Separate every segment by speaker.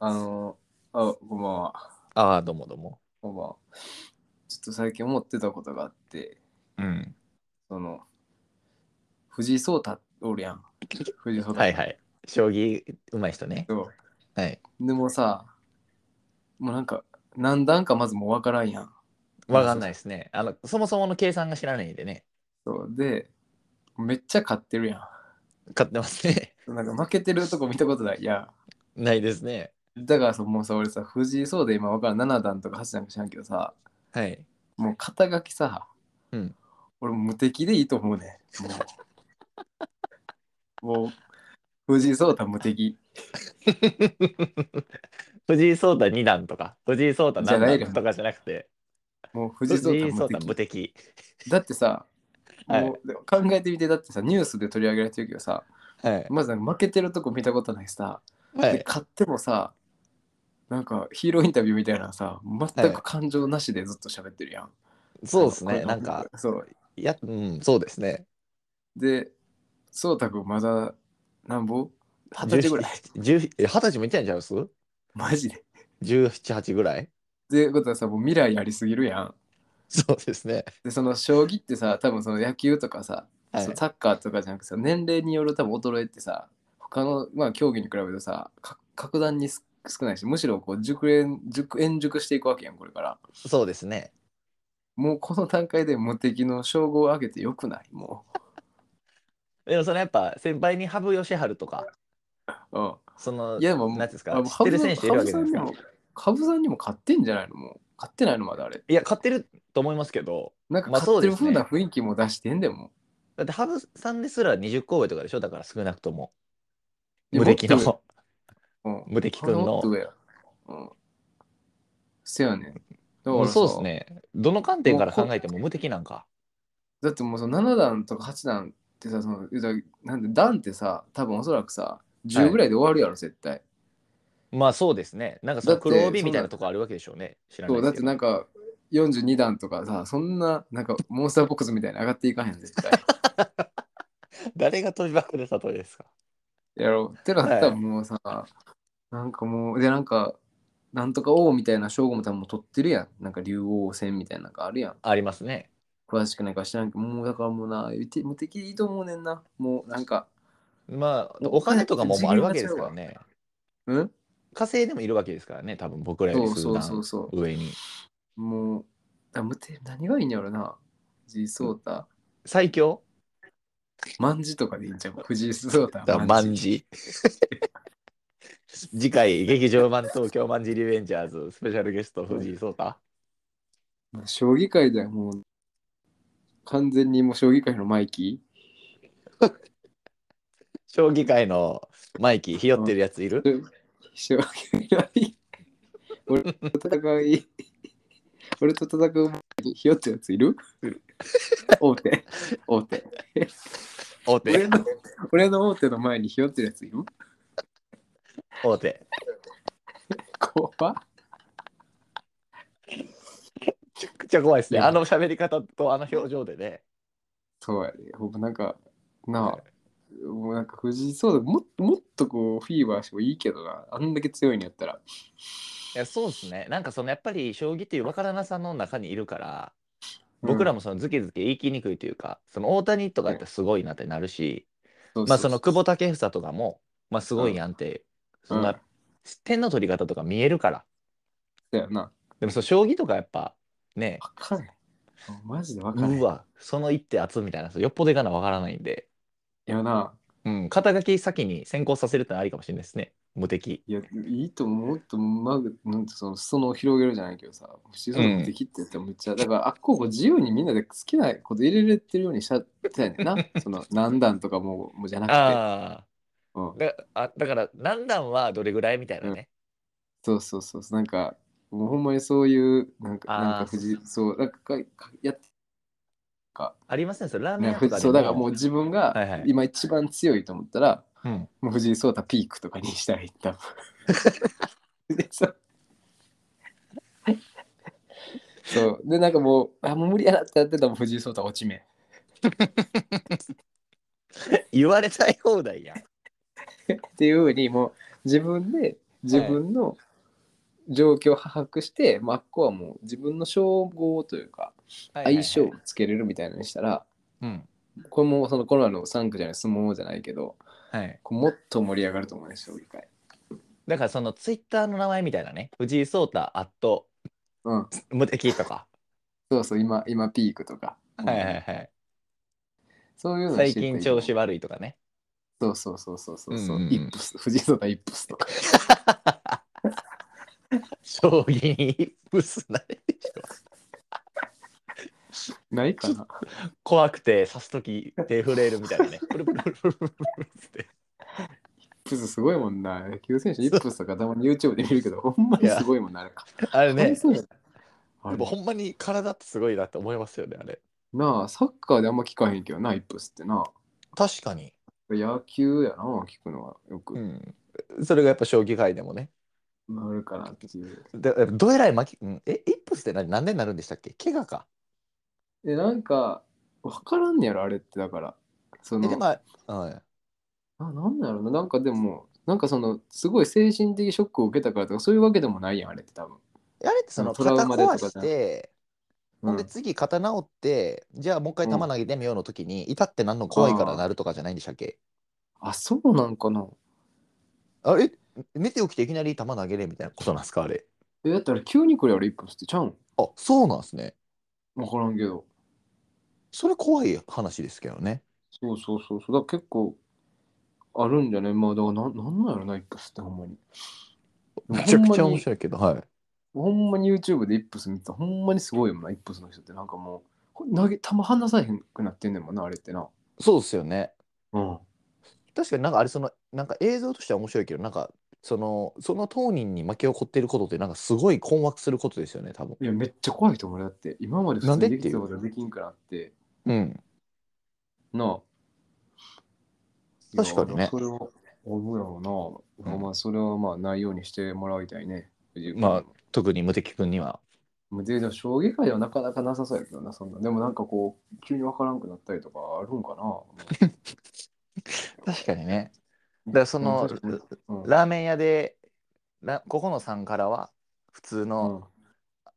Speaker 1: あの、あ、こんばんは。
Speaker 2: ああ、どうもどうも。
Speaker 1: こんばんは。ちょっと最近思ってたことがあって、
Speaker 2: うん。
Speaker 1: その、藤井聡太おるやん。藤井聡太。
Speaker 2: はいはい。将棋うまい人ね。
Speaker 1: そ
Speaker 2: はい。
Speaker 1: うでもさ、もうなんか、何段かまずもう分からんやん。
Speaker 2: わかんないですね。あの、そもそもの計算が知らないんでね。
Speaker 1: そうで、めっちゃ勝ってるや
Speaker 2: 買ってますね。
Speaker 1: ん。なんか負けてるとこ見たことない。いや、
Speaker 2: ないですね。
Speaker 1: だからさ、もうさ、俺さ、藤井聡太今分からん7段とか8段か知らんけどさ、
Speaker 2: はい。
Speaker 1: もう肩書きさ、
Speaker 2: うん
Speaker 1: 俺無敵でいいと思 うねんもうもう藤井聡太無敵
Speaker 2: 藤井聡太2段とか、藤井聡太
Speaker 1: じゃな
Speaker 2: 何
Speaker 1: いよ
Speaker 2: 段とかじゃなくて、
Speaker 1: もう藤
Speaker 2: 藤
Speaker 1: 井聡
Speaker 2: 井
Speaker 1: 太
Speaker 2: 聡
Speaker 1: 無
Speaker 2: 太
Speaker 1: 敵
Speaker 2: 無敵。
Speaker 1: だってさ、
Speaker 2: はい
Speaker 1: もうでも考えてみてだってさニュースで取り上げられてるけどさ
Speaker 2: はい。
Speaker 1: まずなんか負けてるとこ見たことないしさ、
Speaker 2: は
Speaker 1: で
Speaker 2: い。
Speaker 1: 勝ってもさなんかヒーローインタビューみたいなさ全く感情なしでずっと喋ってるやん、
Speaker 2: そうですね。
Speaker 1: これ
Speaker 2: なんか、
Speaker 1: そう
Speaker 2: いや、うん、そうですね。
Speaker 1: で聡太君まだなんぼ二十歳 ぐらい
Speaker 2: 17 17え二十歳もいっちゃうんちゃいます
Speaker 1: マジで
Speaker 2: ?17、8ぐらい
Speaker 1: ってことはさもう未来ありすぎるやん
Speaker 2: そうですね。
Speaker 1: でその将棋ってさ多分その野球とかさ、
Speaker 2: はい
Speaker 1: その。サッカーとかじゃなくてさ年齢による多分衰えってさ他の、まあ、競技に比べるとさか格段にす少ないしむしろこう熟練熟円熟していくわけやんこれから
Speaker 2: そうですね。
Speaker 1: もうこの段階で無敵の称号を上げてよくないも
Speaker 2: でもそのやっぱ先輩に羽生善治とか、
Speaker 1: う、
Speaker 2: その
Speaker 1: うん、いやもう
Speaker 2: なんていうんですか
Speaker 1: あもう
Speaker 2: 知ってる選手いるわけじゃ
Speaker 1: 羽
Speaker 2: な
Speaker 1: 生
Speaker 2: いです
Speaker 1: さ
Speaker 2: か
Speaker 1: んにも羽生さんにも勝ってんじゃないのもう勝ってないのまだあれ
Speaker 2: いや、勝ってると思いますけど、
Speaker 1: なんか
Speaker 2: まあそ
Speaker 1: 勝っ
Speaker 2: う
Speaker 1: て
Speaker 2: で
Speaker 1: る
Speaker 2: すね
Speaker 1: 風な雰囲気も出してんでもう
Speaker 2: だって羽生さんですら20神戸とかでしょだから少なくとも。
Speaker 1: いや
Speaker 2: 無敵
Speaker 1: もっ
Speaker 2: の、
Speaker 1: う ん
Speaker 2: 無敵君
Speaker 1: も
Speaker 2: の
Speaker 1: っと。上やうんせやねんだから
Speaker 2: もう
Speaker 1: さ
Speaker 2: そうですね。どの観点から考えても無敵なんか。
Speaker 1: だってもうその7段とか8段ってさその言うたらなんで段ってさ多分おそらくさ10ぐらいで終わるやろ絶対、
Speaker 2: まあそうですね。なんかそ
Speaker 1: だ
Speaker 2: の
Speaker 1: って
Speaker 2: 黒帯みたいなとこあるわけでしょうね。知らな
Speaker 1: そ
Speaker 2: い
Speaker 1: うだ
Speaker 2: で
Speaker 1: っ
Speaker 2: す
Speaker 1: て
Speaker 2: けど。
Speaker 1: なんか42段とかさそんななんかモンスターボックスみたいに上がっていかへん絶 対
Speaker 2: 誰が飛び箱で例えですか
Speaker 1: やろうってなったらもうさ、なんかもうでなんかなんとか王みたいな称号も多分もう取ってるやんなんか竜王戦みたいなのがあるやん
Speaker 2: ありますね。
Speaker 1: 詳しくないから知らんけどもうだからもうな無敵無敵でいいと思うねんなもうなんか
Speaker 2: まあ
Speaker 1: もう
Speaker 2: お金とかももうあるわけですからね。
Speaker 1: うん
Speaker 2: 火星でもいるわけですからね。多分僕らよ
Speaker 1: そ
Speaker 2: り
Speaker 1: う
Speaker 2: 数
Speaker 1: そうそ
Speaker 2: 段
Speaker 1: うそう
Speaker 2: 上に。
Speaker 1: もう、あ無敵何がいいんやろな。藤井聡太。
Speaker 2: 最強
Speaker 1: 万字とかでいいんじゃん。藤井聡太。
Speaker 2: だ万字。 次回、劇場版東京万字リベンジャーズスペシャルゲスト藤井聡太。
Speaker 1: 字将棋界ではもう、完全にもう将棋界のマイキ
Speaker 2: 将棋界のマイキー、ひよってるやついる、
Speaker 1: ー。将 棋界。俺と戦い。俺と戦う前にひよってやついる大手。大手。
Speaker 2: 大手
Speaker 1: 俺、の俺の大手の前にひよってるやついる
Speaker 2: 大手。
Speaker 1: 怖っ
Speaker 2: めちゃくちゃ怖いですね。
Speaker 1: いや
Speaker 2: あの喋り方とあの表情でね。
Speaker 1: そうやで。ほんまなんか、なあ。もうなんか藤井聡太もっともっとこうフィーバーしてもいいけどなあんだけ強いんやったら
Speaker 2: いやそうですね。なんかそのやっぱり将棋っていうわからなさの中にいるから、僕ら
Speaker 1: も、
Speaker 2: もそのズケズケ言いきにくいというか、その大谷とかってすごいなってなるし、
Speaker 1: うん
Speaker 2: まあその久
Speaker 1: 保
Speaker 2: 保建英とかも、まあすごいやんって、
Speaker 1: うん
Speaker 2: そん
Speaker 1: うん
Speaker 2: な点の取り方とか見えるから。
Speaker 1: だよな
Speaker 2: でもその将棋とかやっぱね、
Speaker 1: 分かんないマジで分かんないう
Speaker 2: わ、その一手厚みたいな、そうよっぽどいかなわからないんで。
Speaker 1: いやな
Speaker 2: うん、肩書き先に先行させるってのはありかもしれないですね。無敵。
Speaker 1: いやいいと思うもっとまぐなんてその裾野を広げるじゃないけどさ藤井聡太できって言ったらめっちゃ、だからあっこうこう自由にみんなで好きなこと入れれてるようにしちゃってやね んなその何段とかももうじゃなくて
Speaker 2: あ
Speaker 1: うん
Speaker 2: あ。だあだから、何段はどれぐらいみたいなね。
Speaker 1: そうそうそうそうなんかもうほんまにそういうなんか
Speaker 2: あー
Speaker 1: なんか藤井そうなんかかかやって
Speaker 2: ありますね、それラーメン
Speaker 1: ね
Speaker 2: 屋とかでも
Speaker 1: そうだからもう自分
Speaker 2: はいは
Speaker 1: が
Speaker 2: い
Speaker 1: 今一番強いと思ったら、
Speaker 2: うん
Speaker 1: もう藤井聡太ピークとかにしたらいい多 分でそうそうでなんかもうあもう無理やなってやってたらもう藤井聡太落ち目
Speaker 2: 言われたい放題やん。
Speaker 1: っていうふうにもう自分で自分の状況を把握して、まあっこはもう自分の称号というか 相性をつけれるみたいなのにしたら、
Speaker 2: うん
Speaker 1: これもそのコロナの3区じゃない相撲じゃないけど
Speaker 2: はい、
Speaker 1: こうもっと盛り上がると思うね将棋界。
Speaker 2: だからそのツイッターの名前みたいなね藤井聡太アット
Speaker 1: うん、
Speaker 2: 無敵とか、
Speaker 1: そうそう今今ピークとか、
Speaker 2: はいはいはい
Speaker 1: そういうの
Speaker 2: 最
Speaker 1: 知っていい
Speaker 2: 近調子悪いとかね
Speaker 1: そうそうそうそうそうそう、
Speaker 2: うんうん
Speaker 1: イップス藤井聡太イップスとか
Speaker 2: 将棋にブスないでしょ
Speaker 1: ないかな
Speaker 2: 怖くて刺す時手震えるみたいなねプルプルプルプルプルプルって
Speaker 1: イップスすごいもんな野球選手イップスとかたまに YouTube で見るけどほんまにすごいもんなあれか
Speaker 2: あれ
Speaker 1: あれ
Speaker 2: ね
Speaker 1: そうじゃないあ
Speaker 2: で
Speaker 1: れ
Speaker 2: もほんまに体ってすごいなって思いますよねあれ
Speaker 1: なあサッカーであんま聞かへんけどなイップスってな
Speaker 2: 確かに、
Speaker 1: 野球やな聞くのはよく
Speaker 2: うん、それがやっぱ将棋界でもね
Speaker 1: なるかなっていう、
Speaker 2: でどえらい巻き、うん、えイップスって何何年になるんでしたっけ怪我か
Speaker 1: えなんか分からんねやろあれってだからそ
Speaker 2: えで
Speaker 1: の
Speaker 2: も、はい
Speaker 1: あなんだろうななんかでもなんかそのすごい精神的ショックを受けたからとかそういうわけでもないやんあれって多分、
Speaker 2: あれってその
Speaker 1: ト
Speaker 2: 肩
Speaker 1: ラウマでとか
Speaker 2: 壊
Speaker 1: じゃん
Speaker 2: して
Speaker 1: う
Speaker 2: ほんで
Speaker 1: ん、
Speaker 2: 次肩治ってじゃあもう一回球投げてみようの時に痛ってなんの怖いからなるとかじゃないんでしたっけ
Speaker 1: あそうなんかな
Speaker 2: あれ寝て起きていきなり球投げれみたいなことなんですかあれ
Speaker 1: えだったら急にこれあれ一分してちゃうん
Speaker 2: あそうなんですね
Speaker 1: 分からんけど
Speaker 2: それ怖い話ですけどね
Speaker 1: そうそうそうそうだから結構あるんじゃないまあだからなんなんなんやろなイップスってほんまに
Speaker 2: めちゃくちゃ面白いけどはい
Speaker 1: ほんまに YouTube でイップス見てたらほんまにすごいよなイップスの人ってなんかもう投げ球離さへんくなってんねんもんなあれってな
Speaker 2: そうですよね
Speaker 1: うん
Speaker 2: 確かになんかあれそのなんか映像としては面白いけどなんかそのその当人に巻き起こっていることってなんかすごい困惑することですよね多分
Speaker 1: いやめっちゃ怖いと思うよだって今まで普通にできてたことができんくなって
Speaker 2: うん
Speaker 1: なあ
Speaker 2: 確かにね
Speaker 1: いやそれを思うやろうな、
Speaker 2: うん
Speaker 1: まあそれはまあないようにしてもらいたいね
Speaker 2: まあ特に無敵君には
Speaker 1: まあでも将棋界ではなかなかなさそうやけどなそんなでもなんかこう急にわからんくなったりとかあるんかな
Speaker 2: 確かにねだからその
Speaker 1: うん確かにうん
Speaker 2: ラーメン屋でラここの3からは普通
Speaker 1: うん
Speaker 2: の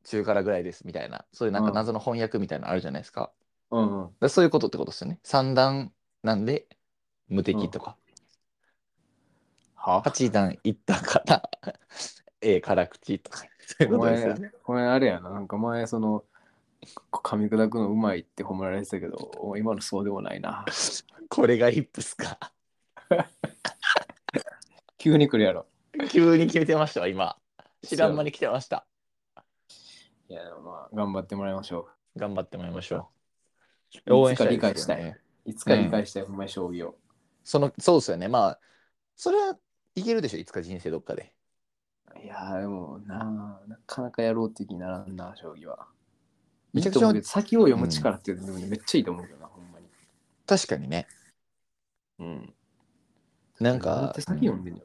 Speaker 2: 中辛ぐらいですみたいな、そういうなんか謎の翻訳みたいなのあるじゃないですか,、だか
Speaker 1: うんうん
Speaker 2: らそういうことってことですよね3段なんで無敵とか、
Speaker 1: は
Speaker 2: 八8段いったから ええ辛口とかそういう
Speaker 1: お
Speaker 2: ことです
Speaker 1: 前
Speaker 2: よね、
Speaker 1: お前あれやな、なんか前その、噛み砕くのうまいって褒められてたけど、お今のそうでもないな。
Speaker 2: これがイップスか
Speaker 1: 急に来るやろ。
Speaker 2: 急に決めてましたわ今知らん間に来てました
Speaker 1: いや、でもまあ、頑張ってもらいましょ
Speaker 2: 頑張ってもらいましょ
Speaker 1: う
Speaker 2: う応援したい
Speaker 1: いつか理解
Speaker 2: ですよ
Speaker 1: した
Speaker 2: ね
Speaker 1: う。いつか理解したい、ほんまに将棋を。
Speaker 2: そのそうですよねまあそれはいけるでしょいつか人生どっかで
Speaker 1: いやー、でもなあ、なかなかやろう的にならんな、将棋は。
Speaker 2: めちゃくちゃ
Speaker 1: いいと思うけど先を読む力っていうのもめっちゃいいと思うけどな、ほんまに。
Speaker 2: 確かにね
Speaker 1: うん。
Speaker 2: なん
Speaker 1: だ
Speaker 2: か
Speaker 1: って先読んでんの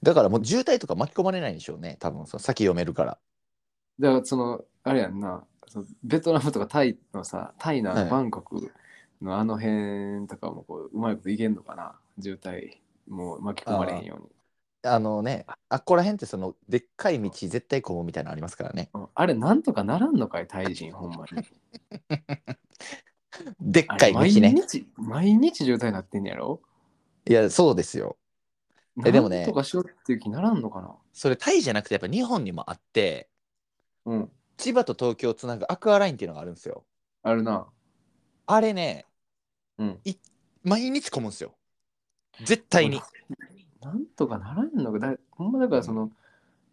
Speaker 2: だからもう渋滞とか巻き込まれないんでしょうね多分その先読めるから
Speaker 1: だからそのあれやんなそのベトナムとかタイのさタイの
Speaker 2: はい
Speaker 1: バンコクのあの辺とかもこううまいこといけんのかな渋滞もう巻き込まれへんように
Speaker 2: あのねあっこら辺ってそのでっかい道絶対混むみたいなのありますからね
Speaker 1: うんあ,、れなんとかならんのかいタイ人ほんま に
Speaker 2: でっ
Speaker 1: あ
Speaker 2: か
Speaker 1: れ
Speaker 2: い道
Speaker 1: 毎
Speaker 2: ね
Speaker 1: 日毎日渋滞なってんやろ
Speaker 2: いやそうですよえでもね
Speaker 1: なんとかしようっていう気ならんのかな
Speaker 2: それタイじゃなくてやっぱ日本にもあって
Speaker 1: うん
Speaker 2: 千葉と東京をつなぐアクアラインっていうのがあるんですよ
Speaker 1: あるな
Speaker 2: あれね
Speaker 1: うん
Speaker 2: 毎日混むんですよ絶対に
Speaker 1: なんとかならんのかだほんまだからその、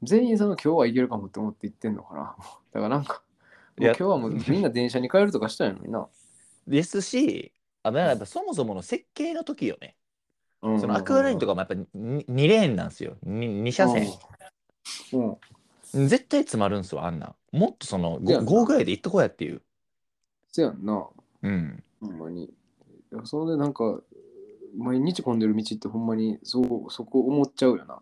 Speaker 1: 全員その今日はいけるかもって思って言ってんのかな だからなんか
Speaker 2: い
Speaker 1: もう
Speaker 2: や
Speaker 1: 今日はもうみんな電車に帰るとかしたんやのにな、
Speaker 2: ですしあのやっぱそもそもの設計の時よね
Speaker 1: うん
Speaker 2: そのアクアラインとかもやっぱり 2, レーンなんですよ 2, 車線
Speaker 1: うんうん
Speaker 2: 絶対詰まるんですよあんなんもっとその
Speaker 1: いや
Speaker 2: 5, ぐらいで行っとこうやっていう
Speaker 1: せやんな、
Speaker 2: うん
Speaker 1: ほんまに。いやそれでなんか、毎日混んでる道ってほんまに、そう、そこ思っちゃうよな。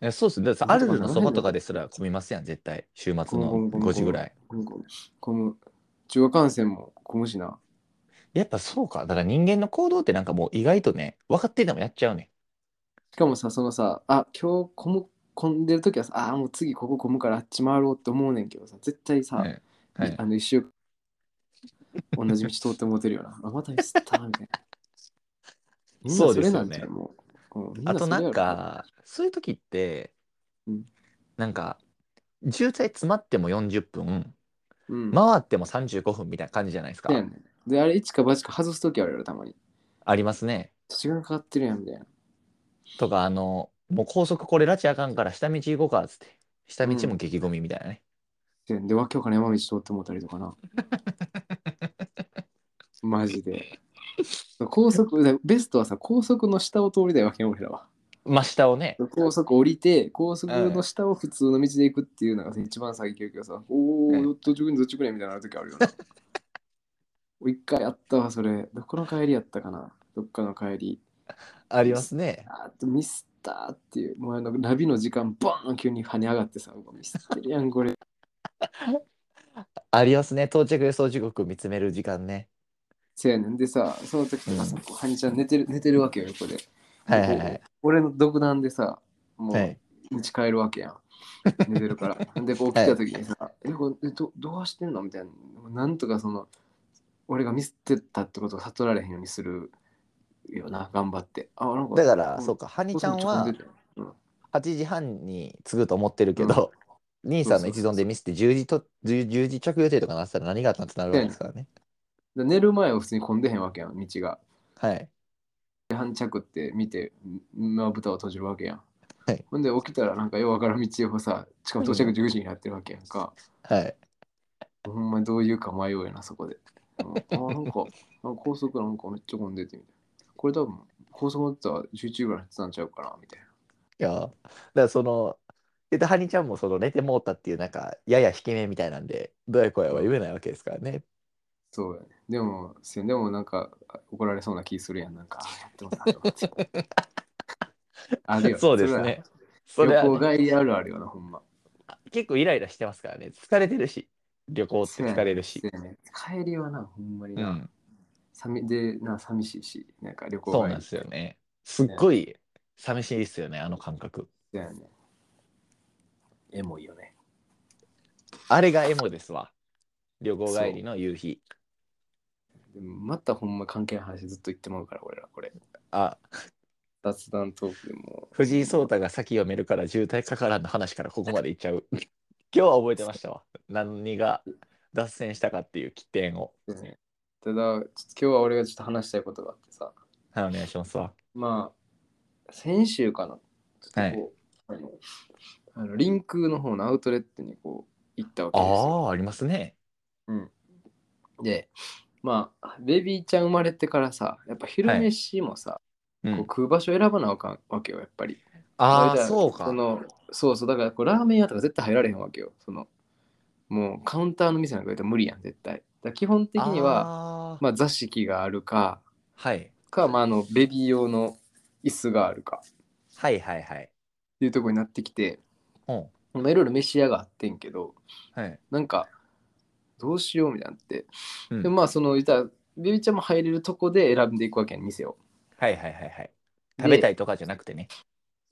Speaker 2: いやそうですねだってさアルルのそばとかですら混みますやん絶対週末の5時ぐらい
Speaker 1: なんかこの中和感染も混むしな。
Speaker 2: やっぱそうかだから人間の行動ってなんかもう意外とね分かっててもやっちゃうね
Speaker 1: しかもさ、そのさ、あ、今日混む混んでる時はさああもう次ここ混むからあっち回ろうって思うねんけどさ絶対さ、
Speaker 2: はいはい
Speaker 1: あの一週間同じ道通って思ってるよな あまたミスったみたいなみんな
Speaker 2: そう
Speaker 1: そ
Speaker 2: で
Speaker 1: れ
Speaker 2: す
Speaker 1: な
Speaker 2: よ
Speaker 1: ん
Speaker 2: ね
Speaker 1: じゃんもううんみ
Speaker 2: あと
Speaker 1: それ
Speaker 2: な
Speaker 1: やろ
Speaker 2: んかそういう時って、
Speaker 1: うん
Speaker 2: なんか渋滞詰まっても40分
Speaker 1: うん
Speaker 2: 回っても35分みたいな感じじゃないですか、
Speaker 1: だよねであれ一か八か外す時あるよなたまに
Speaker 2: ありますね
Speaker 1: 時間かかってるやんみたいな
Speaker 2: とかあのもう高速これ拉致あかんから下道行こうかっつって下道も激ゴミみたいなね、
Speaker 1: ででわけわからん山道通って思ったりとか なマジで高速だベストはさ高速の下を通りたいわけよ俺らは
Speaker 2: 真下をね
Speaker 1: 高速降りて高速の下を普通の道で行くっていうのが一番最強やけどさ、お
Speaker 2: はい
Speaker 1: おどっちくねどっちくねみたいな時あるよな 一回やったわそれどこの帰りやったかなどっかの帰り
Speaker 2: ありますね
Speaker 1: あーっとミスったっていうもうあのナビの時間ボーン急に跳ね上がってさうわミスってるやんこれ
Speaker 2: ありますね到着予想時刻見つめる時間ね
Speaker 1: せやねんでさその時とかさ、こうハニちゃん寝てる寝てるわけよ横で
Speaker 2: はいはいはい
Speaker 1: 俺の独断でさもう、
Speaker 2: はい
Speaker 1: 家帰るわけやん。寝て るから。で、こう起きた時にさ、え、これえどどうしてんのみたいな。なんとかその、俺がミスってたってことを悟られへんようにするよな、頑張って。あ、なんか、
Speaker 2: だ
Speaker 1: ら、
Speaker 2: から、
Speaker 1: うん
Speaker 2: そうかハニちゃんは
Speaker 1: うん、
Speaker 2: 8時半に継ぐと思ってるけど、兄さんの一存でミスって10時と10 10時着予定とかなってたら何があったんってなるわけですからね。
Speaker 1: で寝る前は普通に混んでへんわけやん、道が。
Speaker 2: はい。
Speaker 1: で、半着って見て、んまぶたを閉じるわけやん。
Speaker 2: はい
Speaker 1: ほんで、起きたらなんかようわからん道をさ、しかも到着10時になってるわけやんか。
Speaker 2: はい。
Speaker 1: ほんまにどういうか迷うよな、そこで。うんあ、なんか、なんか高速なんかめっちゃ混んでてみたいな。これ多分、高速乗ってたら11ぐらいになってたんちゃうかな、みたい
Speaker 2: い
Speaker 1: な。
Speaker 2: や、だからその、えっと、ハニちゃんもその寝てもうたっていう、なんか、やや引き目みたいなんで、どうやこうやは言えないわけですからね。
Speaker 1: そうやね。でも、せでもなんか怒られそうな気するやん、なんか。あやってもうたと思ってある よ。
Speaker 2: そうですね。そ
Speaker 1: そ
Speaker 2: れ
Speaker 1: れ
Speaker 2: は
Speaker 1: は。旅行帰りあるあるよな、ほんま。
Speaker 2: 結構イライラしてますからね。疲れてるし、旅行って疲れるし
Speaker 1: せ。やね帰りはな、ほんまに
Speaker 2: う
Speaker 1: な。
Speaker 2: ん、
Speaker 1: 寂で、な、寂しいし、なんか旅行帰り
Speaker 2: そうなんですよ。ね。すっごい寂しいですよね、あの感覚。
Speaker 1: せやね。エモいよね。
Speaker 2: あれがエモですわ。旅行帰りの夕日。
Speaker 1: でもまたほんま関係ない話ずっと言ってもらうから、俺らこれ。
Speaker 2: あ、
Speaker 1: 雑談トークでも
Speaker 2: 藤井聡太が先読めるから渋滞かからんの話からここまでいっちゃ う。今日は覚えてましたわ。何が脱線したかっていう起点を。
Speaker 1: う、ただちょっと今日は俺がちょっと話したいことがあってさ
Speaker 2: はい、お願いしますわ。
Speaker 1: まあ先週かなちょっとこう、あのあのリンクの方のアウトレットにこう行ったわけ
Speaker 2: あ
Speaker 1: ですよ
Speaker 2: あ、ありますね。
Speaker 1: でまあベビーちゃん生まれてからさやっぱ昼飯もさ、
Speaker 2: うん
Speaker 1: こう食う場所選ばなあかんわけよやっぱり
Speaker 2: あ
Speaker 1: れ
Speaker 2: あ、
Speaker 1: だよ
Speaker 2: そうか。
Speaker 1: そのそうそうだからこうラーメン屋とか絶対入られへんわけよそのもうカウンターの店なんか行ったら無理やん絶対だから基本的には
Speaker 2: あー、
Speaker 1: まあ座敷があるか
Speaker 2: はい。
Speaker 1: か、まあ、あのベビー用の椅子があるかっ
Speaker 2: はいはいはい。
Speaker 1: ていうところになってきて、
Speaker 2: うん
Speaker 1: まあ、いろいろ飯屋があってんけど
Speaker 2: はい。
Speaker 1: なんかどうしようみたいになって、
Speaker 2: うん
Speaker 1: でまあその言ったらベビーちゃんも入れるとこで選んでいくわけやん店を
Speaker 2: はいはいはいはい。食べた
Speaker 1: い
Speaker 2: いとかじゃなくてね。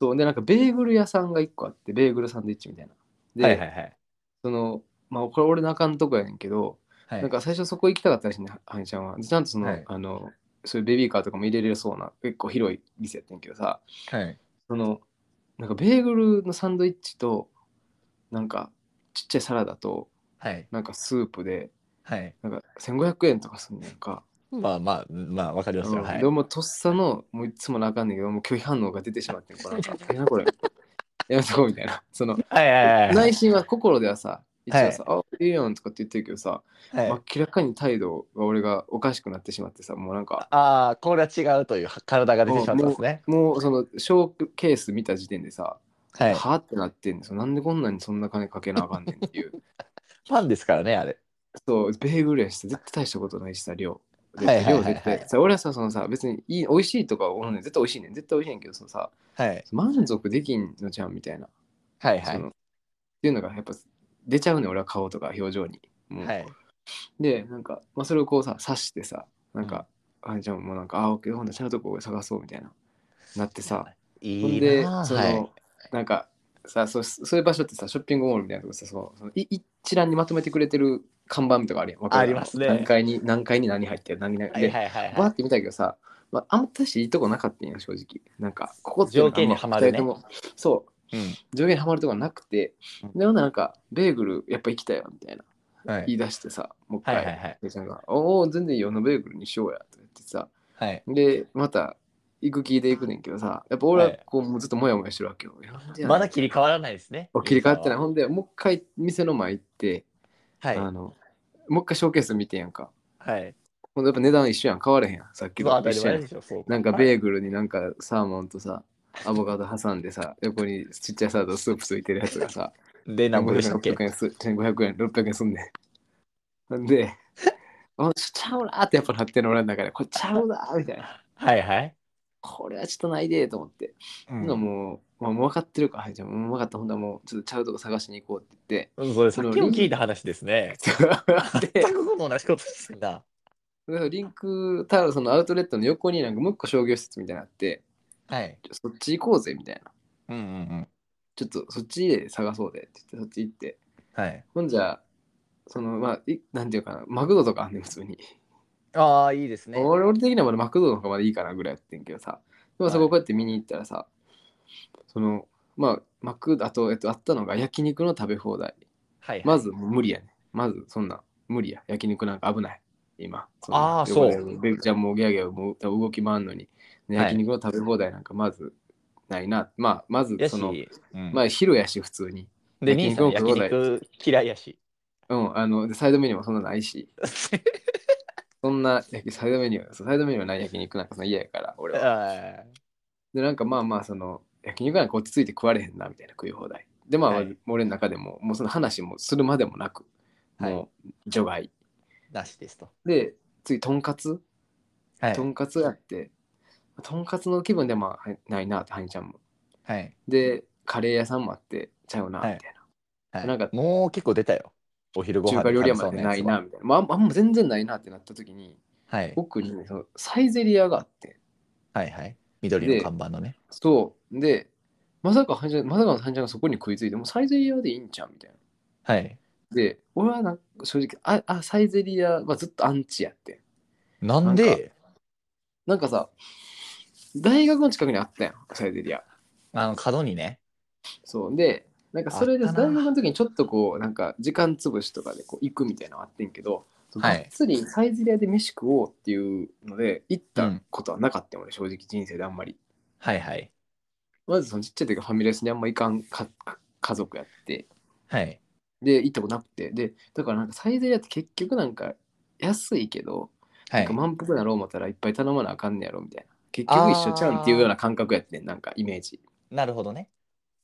Speaker 1: そうでなんかベーグル屋さんが1個あってベーグルサンドイッチみたいなで、
Speaker 2: はいはいはい。
Speaker 1: そのまあこれ俺のあかんとこやねんけど、
Speaker 2: はい、
Speaker 1: なんか最初そこ行きたかったらしいねハニちゃんはでちゃんとその、
Speaker 2: はい
Speaker 1: あのそういうベビーカーとかも入れれそうな結構広い店やってんけどさ、
Speaker 2: はい、
Speaker 1: そのなんかベーグルのサンドイッチとなんかちっちゃいサラダと
Speaker 2: はい、
Speaker 1: なんかスープで
Speaker 2: はい。
Speaker 1: なんか1500円とかすんねんか、
Speaker 2: まあまあ、まあ、わかりますよ。はい
Speaker 1: で。もとっさのもういつものあかんねんけどもう拒否反応が出てしまってんこ れなんかえなこれやめとこうみたいな その
Speaker 2: はいはいはい。
Speaker 1: 内心は心ではさ一応さ「あいいやん」とかって言ってるけどさ、
Speaker 2: はい
Speaker 1: 明らかに態度が俺がおかしくなってしまってさもうなんか
Speaker 2: ああ、これは違うという体が出てしまってますね。
Speaker 1: もうそのショーケース見た時点でさ「
Speaker 2: はい。
Speaker 1: は?」ってなってんですよなんでこんなにそんな金かけなあかんねんっていう。
Speaker 2: ファンですからね、あれ。
Speaker 1: そう、ベーグルやしさ、絶対大したことないしさ、量。
Speaker 2: はいはいはいはい
Speaker 1: 量絶対。さ俺はさ、そのさ、別にいい、美味しいとか思うねん絶対美味しいねん。絶対美味しいねんけど、そのさ、
Speaker 2: はい。
Speaker 1: 満足できんのじゃんみたいな。
Speaker 2: はいは
Speaker 1: そ
Speaker 2: い
Speaker 1: の。っていうのがやっぱ出ちゃうねん、俺は顔とか表情に。もう
Speaker 2: はい。
Speaker 1: で、なんか、まあ、それをこうさ、刺してさ、なんか、あじゃあもうなんか、あ、オッケー、ほんとちゃうとこ探そうみたいな。なってさ、
Speaker 2: い
Speaker 1: ほん
Speaker 2: い
Speaker 1: で
Speaker 2: な、あ
Speaker 1: その、
Speaker 2: はい。
Speaker 1: なんか、さそうそういう場所ってさショッピングモールみたいなとこさそうそのい一覧にまとめてくれてる看板とかあるやんわかる
Speaker 2: ありますね
Speaker 1: 何階に何階に何入ってる何々
Speaker 2: はい
Speaker 1: で
Speaker 2: はいはい
Speaker 1: バー
Speaker 2: は
Speaker 1: って見たけどさ、まあ、あんま大していいとこなかったんや正直なんかここっていうの
Speaker 2: 条
Speaker 1: が
Speaker 2: 件にはまるね
Speaker 1: あん二人ともそう
Speaker 2: い。うん
Speaker 1: 条件にはまるとこなくて
Speaker 2: うん
Speaker 1: でもなんかベーグルやっぱ行きたいわみたいな
Speaker 2: はい
Speaker 1: 言い出してさもう一
Speaker 2: はいはい
Speaker 1: 回、
Speaker 2: はい。
Speaker 1: でちゃんが「おお全然いいよあのベーグルにしようや」とか言ってさ
Speaker 2: はい。
Speaker 1: でまた行く気で行くねんけどさやっぱ俺はこう、もうずっとモヤモヤしてるわけよなんでやねん
Speaker 2: まだ切り替わらないですね。
Speaker 1: 切り替わってない。
Speaker 2: は
Speaker 1: ほんで、もう一回店の前行って、
Speaker 2: い。
Speaker 1: あの、もう一回ショーケース見てんやんか。
Speaker 2: はい。
Speaker 1: ほんで、やっぱ値段一緒やん。変われへんやん。さっき
Speaker 2: まあ当た
Speaker 1: と一
Speaker 2: り
Speaker 1: 緒や
Speaker 2: 前
Speaker 1: ん
Speaker 2: で。しょ。そう
Speaker 1: なんか
Speaker 2: はい
Speaker 1: ベーグルになんかサーモンとさ、アボカド挟んでさ、横にちっちゃいサラダスープついてるやつがさ、
Speaker 2: で、なんぼでしたっけ
Speaker 1: 1500円す、1500円、600円すんねん。なんで、あちょちゃうなーってやっぱなってんの俺の中で、これちゃうなーみたいな。
Speaker 2: はいはい。
Speaker 1: これはちょっとないでーと思って。
Speaker 2: う
Speaker 1: ほんならもう、まあ、もう分かってるから、はい、じゃあもう分かった。ほんならもうちょっとちゃうとこ探しに行こうって言って、
Speaker 2: んそれさっきも聞いた話ですね。
Speaker 1: で
Speaker 2: 全くこの同じことしてんだ。
Speaker 1: リンクタウンそのアウトレットの横になんかもう一個商業施設みたいなのあって
Speaker 2: はい。
Speaker 1: ちょそっち行こうぜみたいな
Speaker 2: うんうんうん。
Speaker 1: ちょっとそっちで探そうでって言ってそっち行って
Speaker 2: はい。
Speaker 1: ほんじゃそのまあいなんていうかなマクドとかあんねん普通に、
Speaker 2: ああ、いいですね。
Speaker 1: 俺俺的にはまだマクドの方がまだいいかなぐらいやってんけどさでもそここうやって見に行ったらさ、そのまあマクドあと、えっと、あったのが焼肉の食べ放題
Speaker 2: はい。
Speaker 1: まずもう無理やねまずそんな無理や。焼肉なんか危ない。今。んな
Speaker 2: あーそう
Speaker 1: 横でじゃあもうギャーギャーもう動き回んのに、ね
Speaker 2: はい
Speaker 1: 焼肉の食べ放題なんかまずないな。まあ、まず
Speaker 2: やし、
Speaker 1: その、
Speaker 2: うん
Speaker 1: まあ、昼やし、普通に。
Speaker 2: で、兄さん焼肉嫌いやし。
Speaker 1: うん、あの、でサイドメニューもそんなないし、そんな焼きサイドメニュー、そうサイドメニューはない焼肉なんかそんな嫌やから、俺 は。
Speaker 2: は
Speaker 1: で、なんかまあまあ、その、焼肉なんか落ち着いて食われへんな、みたいな食い放題。で、まあ、
Speaker 2: はい
Speaker 1: 俺の中でも、もうその話もするまでもなく、もう除外。
Speaker 2: い。なしですと。
Speaker 1: で、次、とんかつ。
Speaker 2: はい
Speaker 1: と。んかつやって、とんかつの気分でもはいないなって、ハニちゃんも。
Speaker 2: はい。
Speaker 1: で、カレー屋さんもあって、ちゃうな、み
Speaker 2: は
Speaker 1: た
Speaker 2: い
Speaker 1: い
Speaker 2: はい
Speaker 1: なんか
Speaker 2: もう結構出たよ。お昼
Speaker 1: な。
Speaker 2: ご飯
Speaker 1: 中華料理屋ま
Speaker 2: 食
Speaker 1: で
Speaker 2: べそうや
Speaker 1: な
Speaker 2: つ
Speaker 1: い
Speaker 2: は
Speaker 1: な、みたいな。まあ、あんま全然ないなってなった時に、
Speaker 2: はい。
Speaker 1: 奥にそのサイゼリアがあって、
Speaker 2: はいはい。緑の看板のね。
Speaker 1: そう。で、まさかハニちゃん、まさかのハニちゃんがそこに食いついて、もうサイゼリアでいいんちゃうみたいな。
Speaker 2: はい。
Speaker 1: で、俺はなんか正直あ、あ、サイゼリアはずっとアンチやって。
Speaker 2: なんで、
Speaker 1: なんかさ、大学の近くにあったやん、サイゼリア。
Speaker 2: あの、角にね。
Speaker 1: そうでなんかそれで
Speaker 2: あっ
Speaker 1: 大
Speaker 2: たな
Speaker 1: 学の時にちょっとこうなんか時間潰しとかでこう行くみたいなのあってんけど、
Speaker 2: はい
Speaker 1: がっつりサイゼリアで飯食おうっていうので行っ
Speaker 2: う
Speaker 1: た
Speaker 2: ん
Speaker 1: ことはなかったよ、俺正直人生であんまり
Speaker 2: はいはい。
Speaker 1: まずそのちっちゃい時ファミレスにあんま行かんかか家族やって
Speaker 2: はい。
Speaker 1: で行ったことなくてでだからなんかサイゼリアって結局なんか安いけど、
Speaker 2: はい
Speaker 1: なん。か満腹なろう思ったらいっぱい頼まなあかんねやろみたいな結局一緒ちゃうんっていうような感覚やってんなんかイメージ
Speaker 2: なるほどね。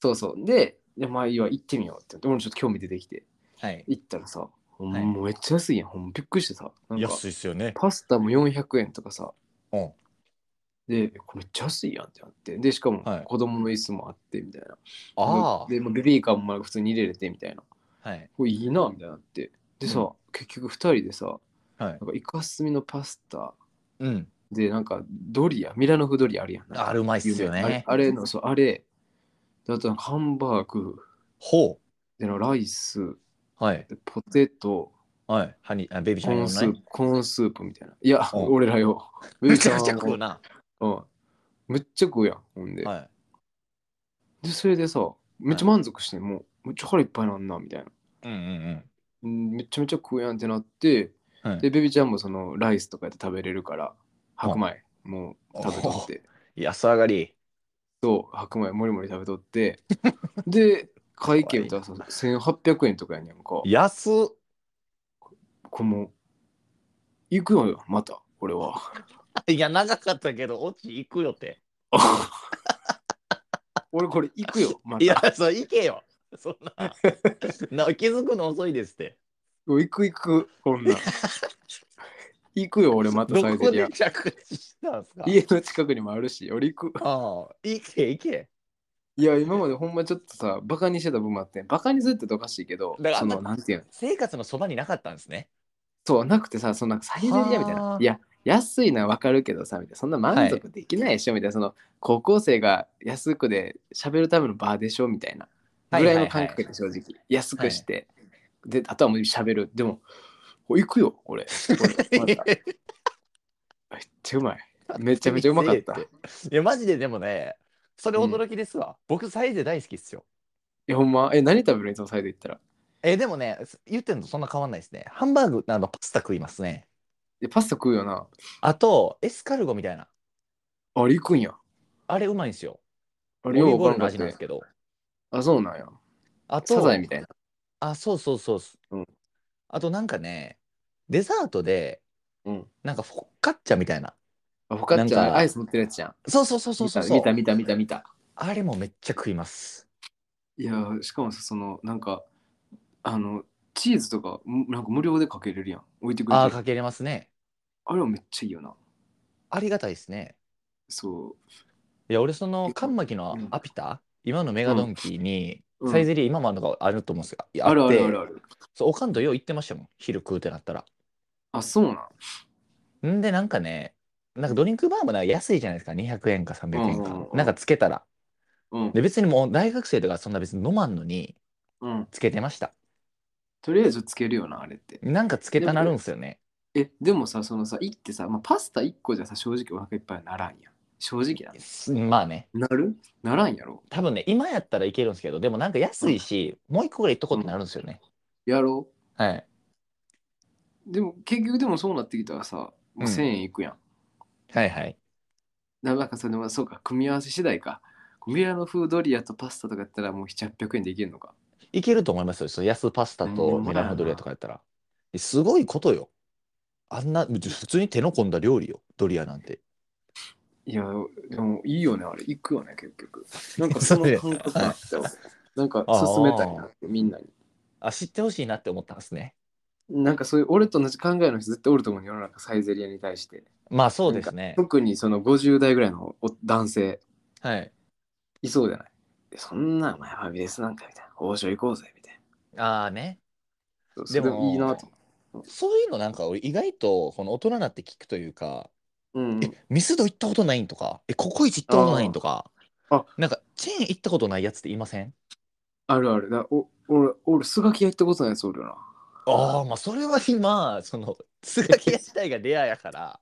Speaker 1: そうそうででまあいいわ行ってみようって言って俺もちょっと興味出てきて
Speaker 2: はい。
Speaker 1: 行ったらさ、ほん
Speaker 2: はい
Speaker 1: もうめっちゃ安いやん。ほんまびっくりしてさ。なんか
Speaker 2: いっすよね。
Speaker 1: パスタも400円とかさ。
Speaker 2: うん。
Speaker 1: で、これめっちゃ安いやんってなって。で、しかも
Speaker 2: はい
Speaker 1: 子供の椅子もあってみたいな。
Speaker 2: あ
Speaker 1: で、まあ、ベビーカーも普通に入れれてみたいな。
Speaker 2: あ。はい。
Speaker 1: これいいなみたいになって。でさ、
Speaker 2: う
Speaker 1: 結局2人でさ、
Speaker 2: はい
Speaker 1: な。んかイカスミのパスタ
Speaker 2: うん。
Speaker 1: で、なんかドリア、ミラノ風ドリアあるやん。
Speaker 2: あれうまいっすよね
Speaker 1: 有名なあれあれの、そう、あれ。であとなんかハンバーグ、
Speaker 2: ほ
Speaker 1: でのライス、
Speaker 2: う。はい。
Speaker 1: でポテト、
Speaker 2: はい。ハニー、あベビーち
Speaker 1: コ
Speaker 2: ゃん
Speaker 1: ー
Speaker 2: の
Speaker 1: ンス
Speaker 2: な
Speaker 1: ープ
Speaker 2: い。、
Speaker 1: コーンスープみたいな。いや、
Speaker 2: うん
Speaker 1: 俺 らよ。
Speaker 2: めちゃめちゃ食
Speaker 1: 食
Speaker 2: うな。
Speaker 1: うん。めっちゃ食うやん、ほんで。
Speaker 2: はい。
Speaker 1: で、それでさ、めっちゃ満足してん、もう、めっちゃ腹いっぱいなんな、みたいな。
Speaker 2: うんうん
Speaker 1: うんめちゃめちゃ食うやんってなって、
Speaker 2: うん。はい
Speaker 1: で、ベビちゃんもその、ライスとかやって食べれるから、白米、もう食べとって。
Speaker 2: 安上がり。
Speaker 1: そう、白米もりもり食べとって。 で、会計見たらさ、1800円とかやねんか。
Speaker 2: 安っ。
Speaker 1: これもう、行くのよ、また、俺は。
Speaker 2: いや、長かったけど、オチ行くよって。
Speaker 1: 俺これ行くよ、ま
Speaker 2: い
Speaker 1: た。
Speaker 2: や、そう、行けよ。そんな。 な気づくの遅いですって。
Speaker 1: 行く行く、こんなん。 行くよ、俺また
Speaker 2: ど
Speaker 1: サイ
Speaker 2: こ
Speaker 1: ゼリ
Speaker 2: で
Speaker 1: ア。
Speaker 2: 着地したんすか
Speaker 1: 家の近くにもあるし、俺行く。
Speaker 2: ああ、行け行け。
Speaker 1: いや、今までほんまちょっとさ、バカにしてた部分あって、バカにするって言うとおかしいけど
Speaker 2: だか、ら
Speaker 1: その、なんていうの、
Speaker 2: 生活のそばになかったんですね。
Speaker 1: そう、なくてさ、そのなんかサイゼリアみたい
Speaker 2: は
Speaker 1: な
Speaker 2: あ。
Speaker 1: いや、安いのはわかるけどさ、みたいな、そんな満足できないでしょ、みたいな、その、高校生が安くで喋るための場でしょ、みたいな。ぐらいの感覚で正直、安くして、であとはもう喋るでもお行くよ 俺俺まためっちゃうまいめちゃめちゃうまかった
Speaker 2: い
Speaker 1: い
Speaker 2: や、マジででもね、それ驚きですわ。僕、サイゼ大好きっすよ。
Speaker 1: やほんまえ何食べるいつもサイド行ったら
Speaker 2: え、でもね、言ってんのとそんな変わんないですね。ハンバーグ、あの、パスタ食いますね。
Speaker 1: えパスタ食うよな
Speaker 2: あと、エスカルゴみたいな。
Speaker 1: あれ行くんや
Speaker 2: あれうまいんですよ。
Speaker 1: あ
Speaker 2: オ
Speaker 1: れ
Speaker 2: リー
Speaker 1: よ
Speaker 2: ブ
Speaker 1: う
Speaker 2: オイルの
Speaker 1: 分からん
Speaker 2: 味なん
Speaker 1: かっ
Speaker 2: です
Speaker 1: た
Speaker 2: けど。
Speaker 1: あそうなんや
Speaker 2: あと、
Speaker 1: サザエみたいな
Speaker 2: あ、そうそうそうっす。
Speaker 1: うん
Speaker 2: あと、なんかね、デザートで、
Speaker 1: うん
Speaker 2: なんかフォッカッチャみたいな。
Speaker 1: あフォカッチ
Speaker 2: なん
Speaker 1: ャ
Speaker 2: か
Speaker 1: アイス乗ってるやつじゃん
Speaker 2: そうそうそうそうそうそう。
Speaker 1: 見た見た見た見た見た
Speaker 2: あれもめっちゃ食います。
Speaker 1: いやーしかもさそのなんかあのチーズとかむなんか無料でかけれるやん置いてくれ
Speaker 2: ああ、
Speaker 1: て
Speaker 2: か
Speaker 1: る
Speaker 2: けれますね。
Speaker 1: あれはめっちゃいいよな
Speaker 2: ありがたいですね。
Speaker 1: そう
Speaker 2: いや、俺その、カンマキの
Speaker 1: うん
Speaker 2: アピタ、今のメガドンキーに、
Speaker 1: うん
Speaker 2: サイゼリー今もあるのがあると思うんですが、いや
Speaker 1: あるある
Speaker 2: って
Speaker 1: あるある
Speaker 2: そう、おかんとよう行ってましたもん。昼食うってなったら。
Speaker 1: あそうなん
Speaker 2: んで、なんかね、なんかドリンクバーもなんか安いじゃないですか。200円か300円
Speaker 1: うんうん
Speaker 2: か
Speaker 1: う。ん
Speaker 2: なんかつけたら。
Speaker 1: うん
Speaker 2: で、別にもう大学生とかそんな別に飲まんのに、
Speaker 1: うん
Speaker 2: つけてました。
Speaker 1: とりあえずつけるよなあれって
Speaker 2: なんかつけたなるんすよね。
Speaker 1: えでもさそのさ行ってさ、まあ、パスタ1個じゃさ正直お腹いっぱいにならんやん正直な
Speaker 2: すまあね、
Speaker 1: なるならんやろ
Speaker 2: 多分ね、今やったらいけるんですけど、でもなんか安いし、もう一個ぐらいいっとこうってなるんですよね。
Speaker 1: やろ
Speaker 2: はい。
Speaker 1: うでも結局でもそうなってきたらさもう
Speaker 2: うん
Speaker 1: 1000円いくやん、
Speaker 2: はいはい。
Speaker 1: ななんかそれもそうか組み合わせ次第かミラノ風ドリアとパスタとかやったらもう700円でいけるのか
Speaker 2: いけると思いますよ。その安パスタと
Speaker 1: うん
Speaker 2: ミラノドリアとかやったら。えすごいことよ。あんな、普通に手の込んだ料理よ。ドリアなんて。
Speaker 1: いやでもいいよねあれ行くよね結局なんかその感覚だったわ なんか勧めたいなみんなに
Speaker 2: あ、知ってほしいなって思ったんですね。
Speaker 1: なんかそういう俺と同じ考えの人絶対おると思うよ世の中サイゼリアに対して
Speaker 2: まあそうですね。
Speaker 1: 特にその50代ぐらいのお男性
Speaker 2: はい。
Speaker 1: いそうじゃないそんなお前ファミレスなんかみたいな王将行こうぜみたいな
Speaker 2: ああね。
Speaker 1: そう
Speaker 2: で
Speaker 1: それ
Speaker 2: も
Speaker 1: いいなと
Speaker 2: そういうのなんか俺意外とこの大人になって聞くというか、
Speaker 1: 思う、うん、
Speaker 2: ミスド行ったことないんとか、え、ココイチ行ったことないんとか
Speaker 1: あーあ、
Speaker 2: なんかチェーン行ったことないやつっていません
Speaker 1: あるあるだお俺俺スガキ屋行ったことないやつおるよな
Speaker 2: ああ、まあそれは今、その、スガキ屋自体がレアやから、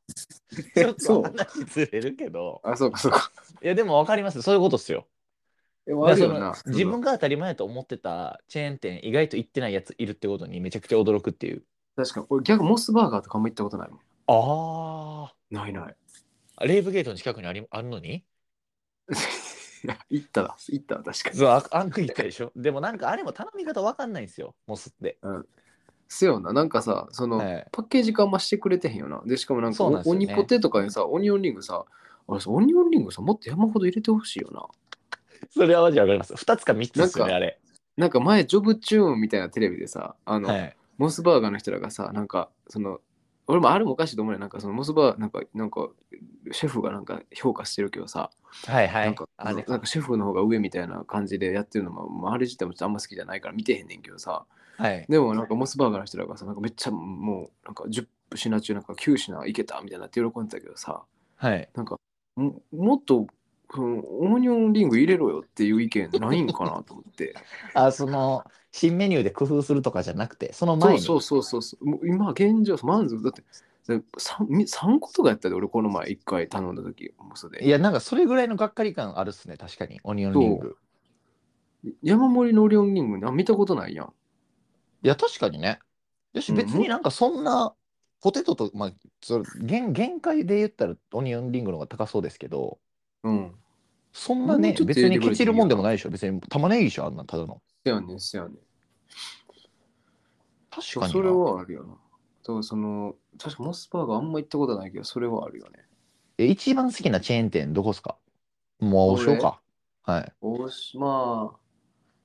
Speaker 2: ちょっ
Speaker 1: そ
Speaker 2: と
Speaker 1: う
Speaker 2: 話ずれるけど、
Speaker 1: あそうかそうか
Speaker 2: いやでも分かります。そういうことっすよ。
Speaker 1: で
Speaker 2: だ
Speaker 1: も
Speaker 2: から
Speaker 1: ある
Speaker 2: そ
Speaker 1: よ
Speaker 2: の
Speaker 1: な
Speaker 2: 自分が当たり前やと思ってたチェーン店意外と行ってないやついるってことにめちゃくちゃ驚くっていう
Speaker 1: 確かに俺逆にモスバーガーとかも行ったことないもん
Speaker 2: あ
Speaker 1: ないない
Speaker 2: あレイブゲートの近くにありあるのに
Speaker 1: 行っただ行ったわ確かに
Speaker 2: そうああんく行ったでしょ でもなんかあれも頼み方わかんないんですよモスって
Speaker 1: せよななんかさその、
Speaker 2: はい
Speaker 1: パッケージ化あんましてくれてへんよなでしかもなんか
Speaker 2: そうなんです
Speaker 1: お
Speaker 2: よね
Speaker 1: 鬼ポテとかにさオニオンリングさあれさオニオンリングさもっと山ほど入れてほしいよな
Speaker 2: それはマジわかります2つか3つですよね
Speaker 1: な
Speaker 2: あれ
Speaker 1: なんか前ジョブチューンみたいなテレビでさあの、
Speaker 2: はい
Speaker 1: モスバーガーの人らがさなんかその俺もあれもおかしいと思うよなんかそのモスバーなんかなんかシェフがなんか評価してるけどさ、
Speaker 2: はいは
Speaker 1: なん
Speaker 2: い
Speaker 1: か
Speaker 2: あれ
Speaker 1: なんかシェフの方が上みたいな感じでやってるのも、まあ、あれ自体もちょっとあんま好きじゃないから見てへんねんけどさ
Speaker 2: はい
Speaker 1: でもなんかモスバーガーの人らがさなんかめっちゃもうなんか10品中なんか9品いけたみたいになって喜んでたけどさ
Speaker 2: はい
Speaker 1: なんかももっとこのオニオンリング入れろよっていう意見ないんかなと思って
Speaker 2: あその新メニューで工夫するとかじゃなくてその
Speaker 1: そ
Speaker 2: 前
Speaker 1: う
Speaker 2: に
Speaker 1: そうそうそうそうもう今現状満足だって3, 三個とかやったで俺この前1回頼んだ時もうそれ
Speaker 2: いやなんかそれぐらいのがっかり感あるっすね確かにオニオンリング
Speaker 1: 山盛りのオニオンリングあ見たことないやん
Speaker 2: いや、確かにね。よし、
Speaker 1: うん
Speaker 2: 別になんかそんな、ポテトと、まあ、それ限、限界で言ったらオニオンリングの方が高そうですけど、
Speaker 1: うん
Speaker 2: そんな
Speaker 1: もう
Speaker 2: ね
Speaker 1: ちょ、っと
Speaker 2: 別に
Speaker 1: 入れてく
Speaker 2: ケ
Speaker 1: れていいよ
Speaker 2: チるもんでもないでしょ。別に玉ねぎでしょ、あんなんただの。
Speaker 1: せやねんせやねん
Speaker 2: 確かにな。
Speaker 1: それはあるよなだからその確かモスバーガーあんま行ったことないけどそれはあるよね
Speaker 2: え、一番好きなチェーン店どこっすかもう、おしようか。はい。
Speaker 1: 大島、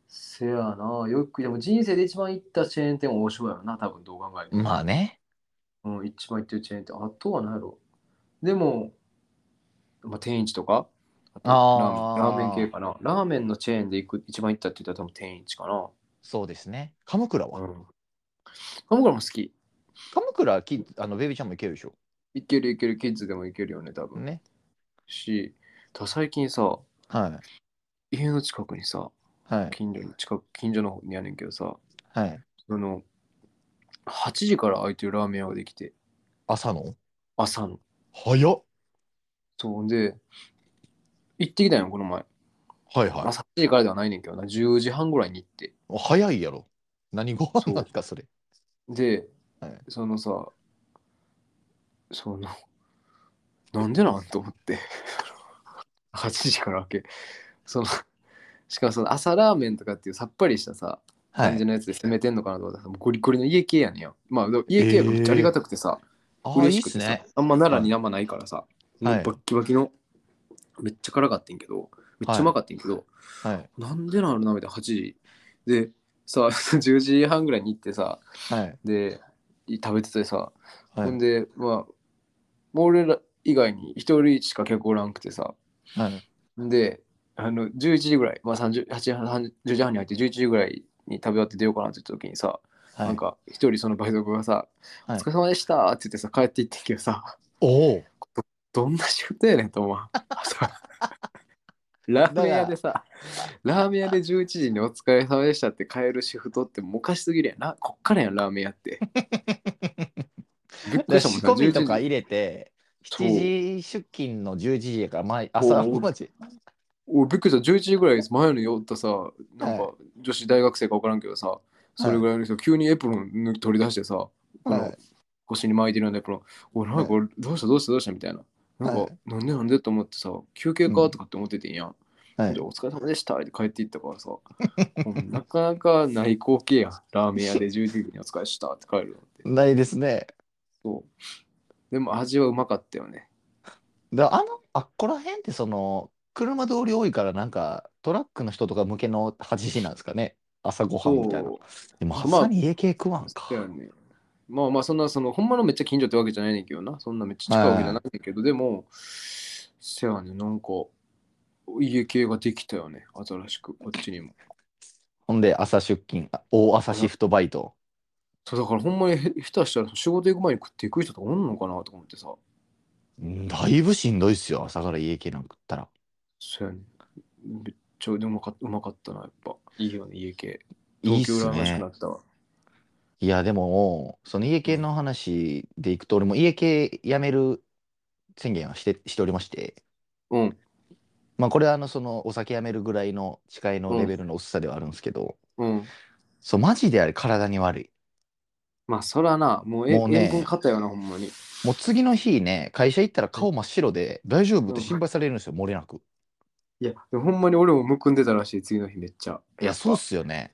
Speaker 1: せやな。よく、でも人生で一番行ったチェーン店は大島やろな、多分どう考えても。
Speaker 2: まあね。
Speaker 1: うん、一番行ってるチェーン店。あとは何やろ。でも、まあ、天一とか、と
Speaker 2: あー
Speaker 1: ラーメンラーメン系かな。ラーメンのチェーンで行く一番行ったって言ったら多分天一かな。
Speaker 2: そうですね。鎌倉
Speaker 1: う
Speaker 2: は。
Speaker 1: ん。僕らも好き。
Speaker 2: 鎌倉キッズ、あの、ベイビーちゃんも行けるでしょ。
Speaker 1: いけるいける、キッズでもいけるよね、多分。
Speaker 2: ね。
Speaker 1: し、ただ最近さ、
Speaker 2: はい。
Speaker 1: 家の近くにさ、
Speaker 2: はい。
Speaker 1: 近所の近く近所の方にやねんけどさ
Speaker 2: はい。
Speaker 1: あの8時から開いてるラーメン屋ができて
Speaker 2: 朝の
Speaker 1: 朝の
Speaker 2: 早っ
Speaker 1: そうで行ってきたんよこの前
Speaker 2: はい
Speaker 1: まあ
Speaker 2: は
Speaker 1: 8時からではないねんけどな10時半ぐらいに行って
Speaker 2: い。早いやろ。何ご飯なんかそれ。
Speaker 1: で、
Speaker 2: はい
Speaker 1: そのさそのなんでなんと思って 8時から開けそのしかもその朝ラーメンとかっていうさっぱりしたさ
Speaker 2: は
Speaker 1: 感じ
Speaker 2: い。
Speaker 1: のやつで攻めてんのかなと思ったら、もうゴリゴリの家系やねんやまあでも家系やからめっちゃありがたくてさ、
Speaker 2: ああ、い
Speaker 1: 嬉
Speaker 2: い
Speaker 1: し
Speaker 2: っ
Speaker 1: く
Speaker 2: す
Speaker 1: てさ
Speaker 2: ね。
Speaker 1: あんま奈良にあんまないからさ、もうバッキバキのめっちゃ辛かってんけどめっちゃうまかってんけど、
Speaker 2: はい。
Speaker 1: なんでなのなみたいな8時でさ 10時半ぐらいに行ってさ
Speaker 2: はい。
Speaker 1: でい食べててさ、
Speaker 2: は
Speaker 1: ほん
Speaker 2: い。
Speaker 1: でまあもう俺ら以外に一人しか客おらんくてさ
Speaker 2: はい。
Speaker 1: であの11時ぐらい、まあ、30 8時半30 10時半に入って11時ぐらいに食べ終わって出ようかなって言った時にさ、
Speaker 2: は
Speaker 1: ないん。か一人そのバイトがさ「
Speaker 2: はい
Speaker 1: お疲れ様でした」って言ってさ帰っていってんけどさ
Speaker 2: おお。
Speaker 1: どんな仕事やねんと思う 朝ラーメン屋でさラーメン屋で11時に「お疲れ様でした」って帰るシフトってもかしすぎるやんなこっからやんラーメン屋って びっくり
Speaker 2: で
Speaker 1: したもん
Speaker 2: 仕込みと
Speaker 1: 11
Speaker 2: か
Speaker 1: 時
Speaker 2: 入れて、
Speaker 1: そう
Speaker 2: 7時出勤の11時やから、毎朝
Speaker 1: おう
Speaker 2: 5時。
Speaker 1: おいびっくりした11時ぐらいです前の酔ったさなんか女子大学生か分からんけどさそれぐらいの人急にエプロン取り出してさこの
Speaker 2: はい
Speaker 1: 腰に巻いてるようなエプロン「おいなんかこれどうしたどうしたどうした」みたいな。なんか、
Speaker 2: はい
Speaker 1: なんでなんでと思ってさ休憩かとかって思っててんやん、
Speaker 2: はい
Speaker 1: でお疲れ様でしたって帰っていったからさ うんなかなかない光景やんラーメン屋で11時にお疲れしたって帰るのって
Speaker 2: ないですね。
Speaker 1: そうでも味はうまかったよね
Speaker 2: で、あの、あっこら辺ってその、車通り多いから、なんか、トラックの人とか向けの8時なんですかね。朝ご飯みたいな。でも、
Speaker 1: まあ
Speaker 2: 朝に家系食わんか
Speaker 1: そう。やねまあまあそんなそのほんまのめっちゃ近所ってわけじゃないねんけどなそんなめっちゃ近いわけじゃないねんけど、でもせやねなんか家系ができたよね新しくこっちにも
Speaker 2: ほんで、朝出勤、あ大朝シフトバイト。
Speaker 1: そうだからほんまにへ下手したら仕事行く前に食っていく人とかおんのかなとか思ってさ
Speaker 2: うんだいぶしんどいっすよ、朝から家系なんか食ったら。
Speaker 1: そうやねめっちゃうまかうまかったなやっぱいいよね家系
Speaker 2: いい
Speaker 1: 東
Speaker 2: っ
Speaker 1: 京
Speaker 2: す
Speaker 1: 羨ましく
Speaker 2: ね
Speaker 1: な。ったわ
Speaker 2: いや、でも、その家系の話でいくと、俺も家系やめる宣言はして、しておりまして、
Speaker 1: うん
Speaker 2: まあ、これはあの、その、お酒やめるぐらいの誓いのレベルの薄さではあるんですけど、
Speaker 1: うん
Speaker 2: そう、マジであれ、体に悪い。
Speaker 1: まあそらなもうえ
Speaker 2: もうね
Speaker 1: 塩分かったよなほんまに
Speaker 2: もう次の日ね、会社行ったら顔真っ白で、大丈夫って心配されるんですよ、漏れなく。
Speaker 1: いやでもほんまに俺もむくんでたらしい次の日めっちゃ
Speaker 2: いや、そうっ
Speaker 1: す
Speaker 2: すよね。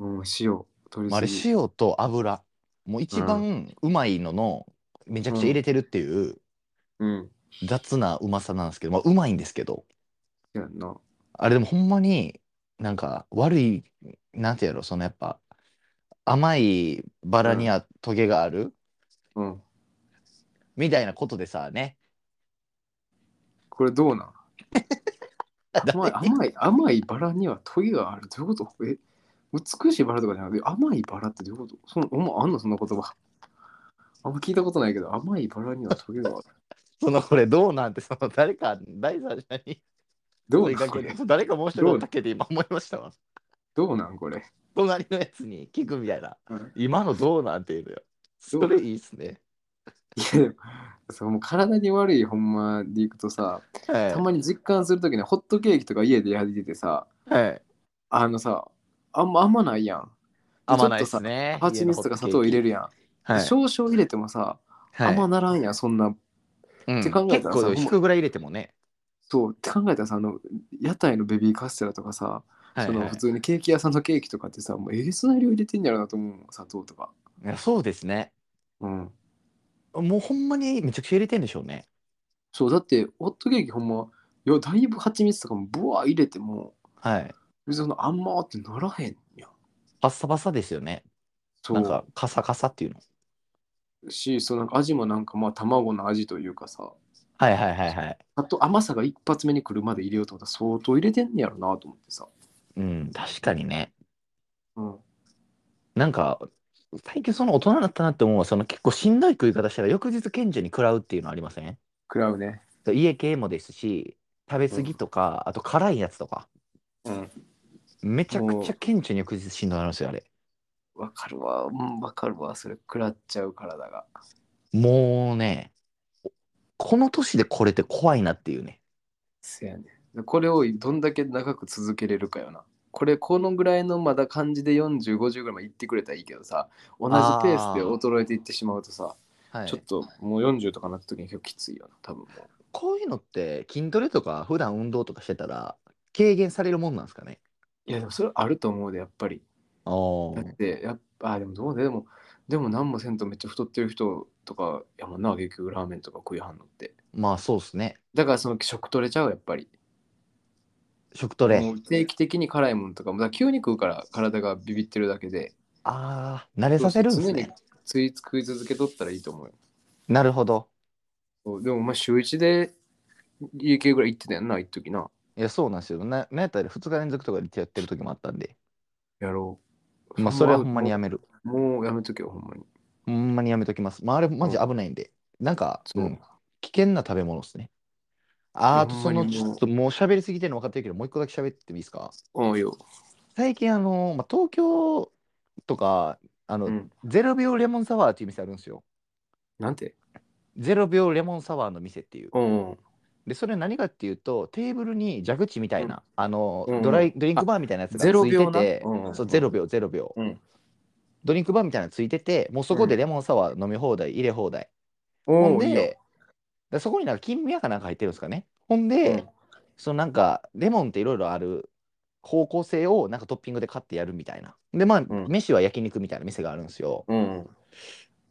Speaker 1: うん塩取り
Speaker 2: まあ、あ
Speaker 1: す
Speaker 2: れ、
Speaker 1: ぎ
Speaker 2: 塩と油。もう一番うまいのの、めちゃくちゃ入れてるっていう、
Speaker 1: うん。
Speaker 2: 雑なうまさなんですけど、まあ、うまいんですけど、
Speaker 1: そうやんな。
Speaker 2: あれでもほんまに、なんか悪い、なんてやろ、そのやっぱ、甘いバラにはトゲがある、
Speaker 1: うん。
Speaker 2: みたいなことでさ、ね。
Speaker 1: これどう なん甘い、甘い、甘いバラにはトゲがある。どういうことえ美しいバラとかじゃなくて、甘いバラってどういうことそのお前あんのそんな言葉。あんま聞いたことないけど、甘いバラにはトゲがある。
Speaker 2: そのこれどうなんて、その誰か、第三者に
Speaker 1: どう
Speaker 2: 問い
Speaker 1: なん
Speaker 2: か
Speaker 1: こ
Speaker 2: け
Speaker 1: れ
Speaker 2: て、誰かもう一人おったっけで今思いましたわ。
Speaker 1: どうなんこれ
Speaker 2: 隣のやつに聞くみたいな
Speaker 1: うん。
Speaker 2: 今のどうなんていうのよ。そ
Speaker 1: どう
Speaker 2: れいいっすね。
Speaker 1: いやでも、そうもう体に悪いほんまでいくとさ、
Speaker 2: はい
Speaker 1: たまに実感するときにホットケーキとか家でやっててさ、
Speaker 2: はい。
Speaker 1: あのさ、あんま甘ないやん。
Speaker 2: 甘ないっすね。
Speaker 1: 蜂蜜とか砂糖入れ
Speaker 2: る。
Speaker 1: るやん。
Speaker 2: はい。
Speaker 1: 少々入れてもさ、
Speaker 2: はい
Speaker 1: 甘ならんやん、そんな
Speaker 2: うん
Speaker 1: って考えたらさ
Speaker 2: 結構引くぐらい入れてもね。
Speaker 1: そうって考えたらさあの屋台のベビーカステラとかさ、
Speaker 2: はい
Speaker 1: そ
Speaker 2: は
Speaker 1: の
Speaker 2: い
Speaker 1: 普通にケーキ屋さんのケーキとかってさもうえげつない量入れてんやろなと思うもん砂糖とか
Speaker 2: いやそうですね。
Speaker 1: うん
Speaker 2: もうほんまにめちゃくちゃ入れてんでしょうね。
Speaker 1: そうだってホットケーキほんまいやだいぶ蜂蜜とかもブワー入れても
Speaker 2: はい。
Speaker 1: 別にそのあんまってならへんやん
Speaker 2: パッサパサですよね。
Speaker 1: そう
Speaker 2: なんかカサカサっていうの。
Speaker 1: しその味もなんかまあ卵の味というかさ
Speaker 2: はいはいはいはい。
Speaker 1: あと甘さが一発目に来るまで入れようと思ったら相当入れてんねやろなと思ってさ、
Speaker 2: うん、確かにね。
Speaker 1: うん、
Speaker 2: なんか、最近その大人になったなって思うのは、その結構しんどい食い方したら翌日顕著に食らうっていうのありません
Speaker 1: 食らうね
Speaker 2: 家系もですし、食べ過ぎとか、あと辛いやつとか。
Speaker 1: うん
Speaker 2: めちゃくちゃ顕著に翌日しんどくなるんですよ、あれ。
Speaker 1: わかるわ、うん、わかるわ、それ食らっちゃう体が。
Speaker 2: もうね、この年でこれって怖いなっていうね。
Speaker 1: せやねん。これをどんだけ長く続けれるかよな。これ、このぐらいのまだ感じで40、50ぐらいまで行ってくれたらいいけどさ、同じペースで衰えていってしまうとさ、
Speaker 2: は
Speaker 1: ちょっともう40とかなった時に結構きついよな、多分もう。
Speaker 2: こういうのって筋トレとか普段運動とかしてたら軽減されるもんなんですかね
Speaker 1: いや、でもそれあると思うで、やっぱり。
Speaker 2: ああ
Speaker 1: だって、やっぱ、あでもどうね、でも、でも何もせんとめっちゃ太ってる人とか、やもんな、結局ラーメンとか食いはんのって。
Speaker 2: まあそうですね。
Speaker 1: だからその食取れちゃう、やっぱり。
Speaker 2: 食ト
Speaker 1: も
Speaker 2: レ。
Speaker 1: う定期的に辛いものとかも、だから急に食うから体がビビってるだけで、
Speaker 2: ああ、慣れさせるんです
Speaker 1: 常に
Speaker 2: ね。
Speaker 1: つい食い続けとったらいいと思うよ
Speaker 2: なるほど。
Speaker 1: そう。でも、まあ週1で家系ぐらい行ってたやんな、一時な。
Speaker 2: いや、そうなんですよ。ななんやったら2日連続とかでやってる時もあったんで。
Speaker 1: やろう。
Speaker 2: まあそれはほんまにやめる。
Speaker 1: もうやめとけよ、ほんまに。
Speaker 2: ほんまにやめときます。まああれマジ危ないんで。なんか、
Speaker 1: そう
Speaker 2: うん危険な食べ物ですね。あーあとそ
Speaker 1: ほんま
Speaker 2: の
Speaker 1: に
Speaker 2: ち
Speaker 1: もう
Speaker 2: ょっともう喋りすぎてるの分かってるけど、もう一個だけ喋ってもいいですか
Speaker 1: うん、よ。
Speaker 2: 最近あの、まあ、東京とか、あの、
Speaker 1: うん。
Speaker 2: ゼロ秒レモンサワーっていう店あるんですよ。
Speaker 1: なんて
Speaker 2: ゼロ秒レモンサワーの店っていう。
Speaker 1: うん。
Speaker 2: で、それ何かっていうと、テーブルに蛇口みたいな、
Speaker 1: う
Speaker 2: あの、
Speaker 1: うんうん
Speaker 2: ドライ、ドリンクバーみたいなやつがつ
Speaker 1: ゼロ
Speaker 2: いて
Speaker 1: 秒な
Speaker 2: て、
Speaker 1: うんうん
Speaker 2: そう、ゼロ秒、ゼロ秒、
Speaker 1: うん
Speaker 2: ドリンクバーみたいなのついてて、もうそこでレモンサワー飲み放題、入れ放題。ほん
Speaker 1: おお、
Speaker 2: で、
Speaker 1: いいよ。
Speaker 2: でそこになんか金宮かなんか入ってるんですかね。ほんで、
Speaker 1: うん
Speaker 2: そのなんか、レモンっていろいろある方向性をなんかトッピングで買ってやるみたいな。で、まあ、
Speaker 1: ん
Speaker 2: 飯は焼肉みたいな店があるんですよ。
Speaker 1: うん。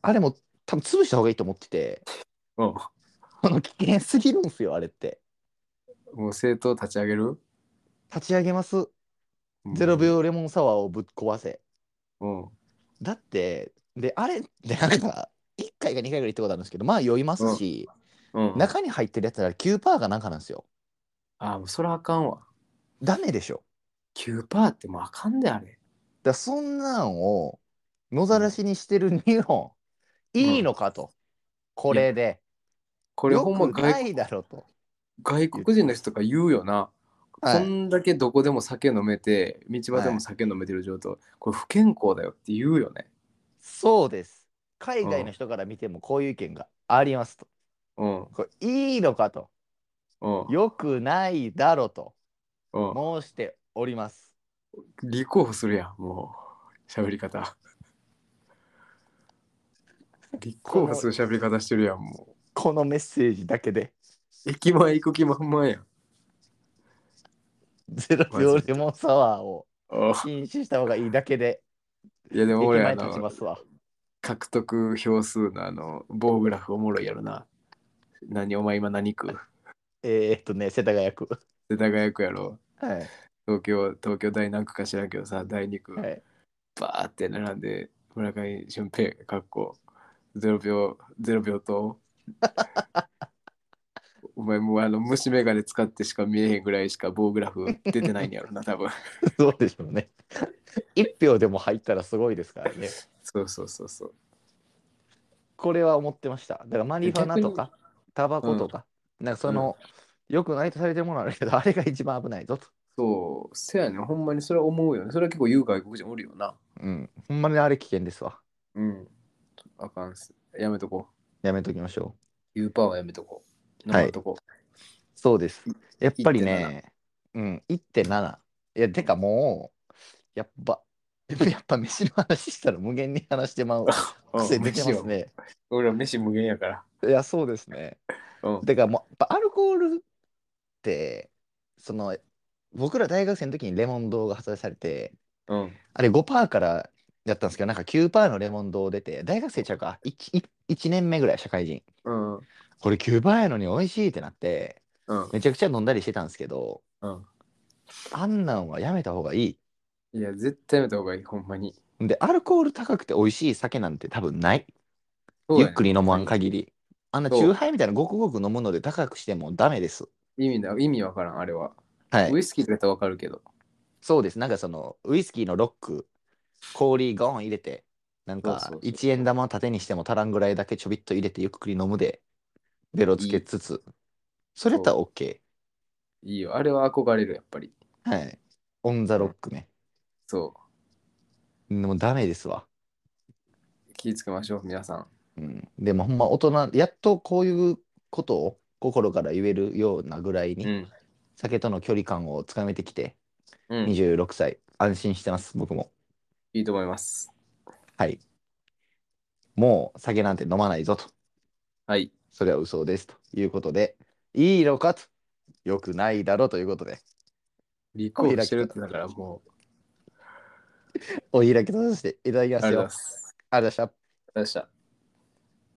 Speaker 2: あれも多分潰した方がいいと思ってて、
Speaker 1: うん。
Speaker 2: この危険すぎるんですよ、あれって。
Speaker 1: もう政党立ち上げる
Speaker 2: 立ち上げます。ゼロ。秒レモンサワーをぶっ壊せ。
Speaker 1: うん。うん
Speaker 2: だって、で、あれってなんか、1回か2回ぐらい行ったことあるんですけど、まあ酔いますし、
Speaker 1: うん。
Speaker 2: 中に入ってるやつなら9%かなんかなんですよ。
Speaker 1: あもうそれあかんわ。
Speaker 2: ダメでしょ。
Speaker 1: 9%ってもうあかんであれ。
Speaker 2: だからそんなんを野ざらしにしてる日本、いいのかと、これで。
Speaker 1: これほんま
Speaker 2: よくな
Speaker 1: 外
Speaker 2: いだろうと。
Speaker 1: 外国人の人とか言うよな。
Speaker 2: はい
Speaker 1: こんだけどこでも酒飲めて、道端でも酒飲めてる状態、これ不健康だよって言うよね。
Speaker 2: そうです。海外の人から見てもこういう意見がありますと。
Speaker 1: うん。
Speaker 2: これいいのかと。
Speaker 1: うん。
Speaker 2: よくないだろうと
Speaker 1: うん、
Speaker 2: 申しております。
Speaker 1: 立候補するやん、もう。喋 り方。立候補する喋り方してるやん、もう。
Speaker 2: このメッセージだけで。
Speaker 1: 駅前行く気満々 やん。
Speaker 2: ゼロ秒レモンサワーを
Speaker 1: あ
Speaker 2: 禁止した方がいいだけで、
Speaker 1: いやで
Speaker 2: 駅
Speaker 1: も俺
Speaker 2: 前
Speaker 1: あ
Speaker 2: 立ちま
Speaker 1: の
Speaker 2: すわ。
Speaker 1: 獲得票数のあの棒グラフおもろいやろな。何お前今何区
Speaker 2: えー、っとね、世田谷区。
Speaker 1: 世田谷区やろ。
Speaker 2: はい。
Speaker 1: 東京東京第何区か知らんけどさ第2区、
Speaker 2: はい、
Speaker 1: バーって並んで村上俊平かっこ0秒0秒と お前もうあの虫眼鏡使ってしか見えへんぐらいしか棒グラフ出てないんやろな多分
Speaker 2: そうでしょうね。1票でも入ったらすごいですからね。
Speaker 1: そうそうそうそう
Speaker 2: これは思ってました。だからマリファナとか、タバコとか、なんかその、よくないとされてるものあるけど、あ れが一番危ないぞと。
Speaker 1: そうせやねんほんまにそれは思うよねそれは結構言う外国人おるよな
Speaker 2: うん。ほんまにあれ危険ですわ。
Speaker 1: うん。あかんっす。やめとこ
Speaker 2: やめときましょう。
Speaker 1: う。U パーはやめとこう。
Speaker 2: はい
Speaker 1: やめとこ
Speaker 2: そうです。やっぱりね、うん、1.7。いや、てかもう、やっぱ、 やっぱ飯の話したら無限に話してまう。
Speaker 1: う。
Speaker 2: 癖
Speaker 1: うん
Speaker 2: 出てます。
Speaker 1: 飯
Speaker 2: ね。
Speaker 1: を俺ら飯無限やから。
Speaker 2: いや、そうですね。
Speaker 1: うん。
Speaker 2: てかもうやっぱアルコールってその僕ら大学生の時にレモン堂が発売されて
Speaker 1: うん。
Speaker 2: あれ5%からやったんですけどなんか9%のレモン堂出て大学生ちゃうか 1, 1年目ぐらい社会人
Speaker 1: うん。
Speaker 2: これ9%やのに美味しいってなって
Speaker 1: うん。
Speaker 2: めちゃくちゃ飲んだりしてたんですけど
Speaker 1: うん。
Speaker 2: あんなんはやめた方がい
Speaker 1: いや、絶対やめた方がいい、ほんまに。
Speaker 2: いでアルコール高くて美味しい酒なんて多分ない、ゆっく
Speaker 1: り。
Speaker 2: り飲まん限りあんな
Speaker 1: そう
Speaker 2: チューハイみたいなごくごく飲むので高くしてもダメです
Speaker 1: 意味だ、意味わからん、あれは。
Speaker 2: はい
Speaker 1: ウイスキーだったらわかるけど。
Speaker 2: そうです。なんかそのウイスキーのロック、氷ゴーン入れて、なん
Speaker 1: そう
Speaker 2: か
Speaker 1: そうそう
Speaker 2: 1円玉を縦にしても足らんぐらいだけちょびっと入れてゆっくり飲むで、ベロつけつつ、それやったら OK。
Speaker 1: いいよ。あれは憧れる、やっぱり。
Speaker 2: はい。オン・ザ・ロックね。
Speaker 1: そ
Speaker 2: もうダメですわ。
Speaker 1: う。気ぃつけましょう、皆さん。
Speaker 2: うん、でもほんま大人、やっとこういうことを心から言えるようなぐらいに、
Speaker 1: うん。
Speaker 2: 酒との距離感をつかめてきて、
Speaker 1: うん、い
Speaker 2: 26歳、安心してます、僕も。
Speaker 1: いと思います。
Speaker 2: はい。もう酒なんて飲まないぞと。
Speaker 1: はい。
Speaker 2: それは嘘ですということで、いいのかと。よくないだろうということで、
Speaker 1: 離婚してるってだからもう。
Speaker 2: お開きとさせていただきま
Speaker 1: あ
Speaker 2: す
Speaker 1: りがとうござい
Speaker 2: よ
Speaker 1: ま。す。
Speaker 2: ありがとうございました。
Speaker 1: ありがとうございました。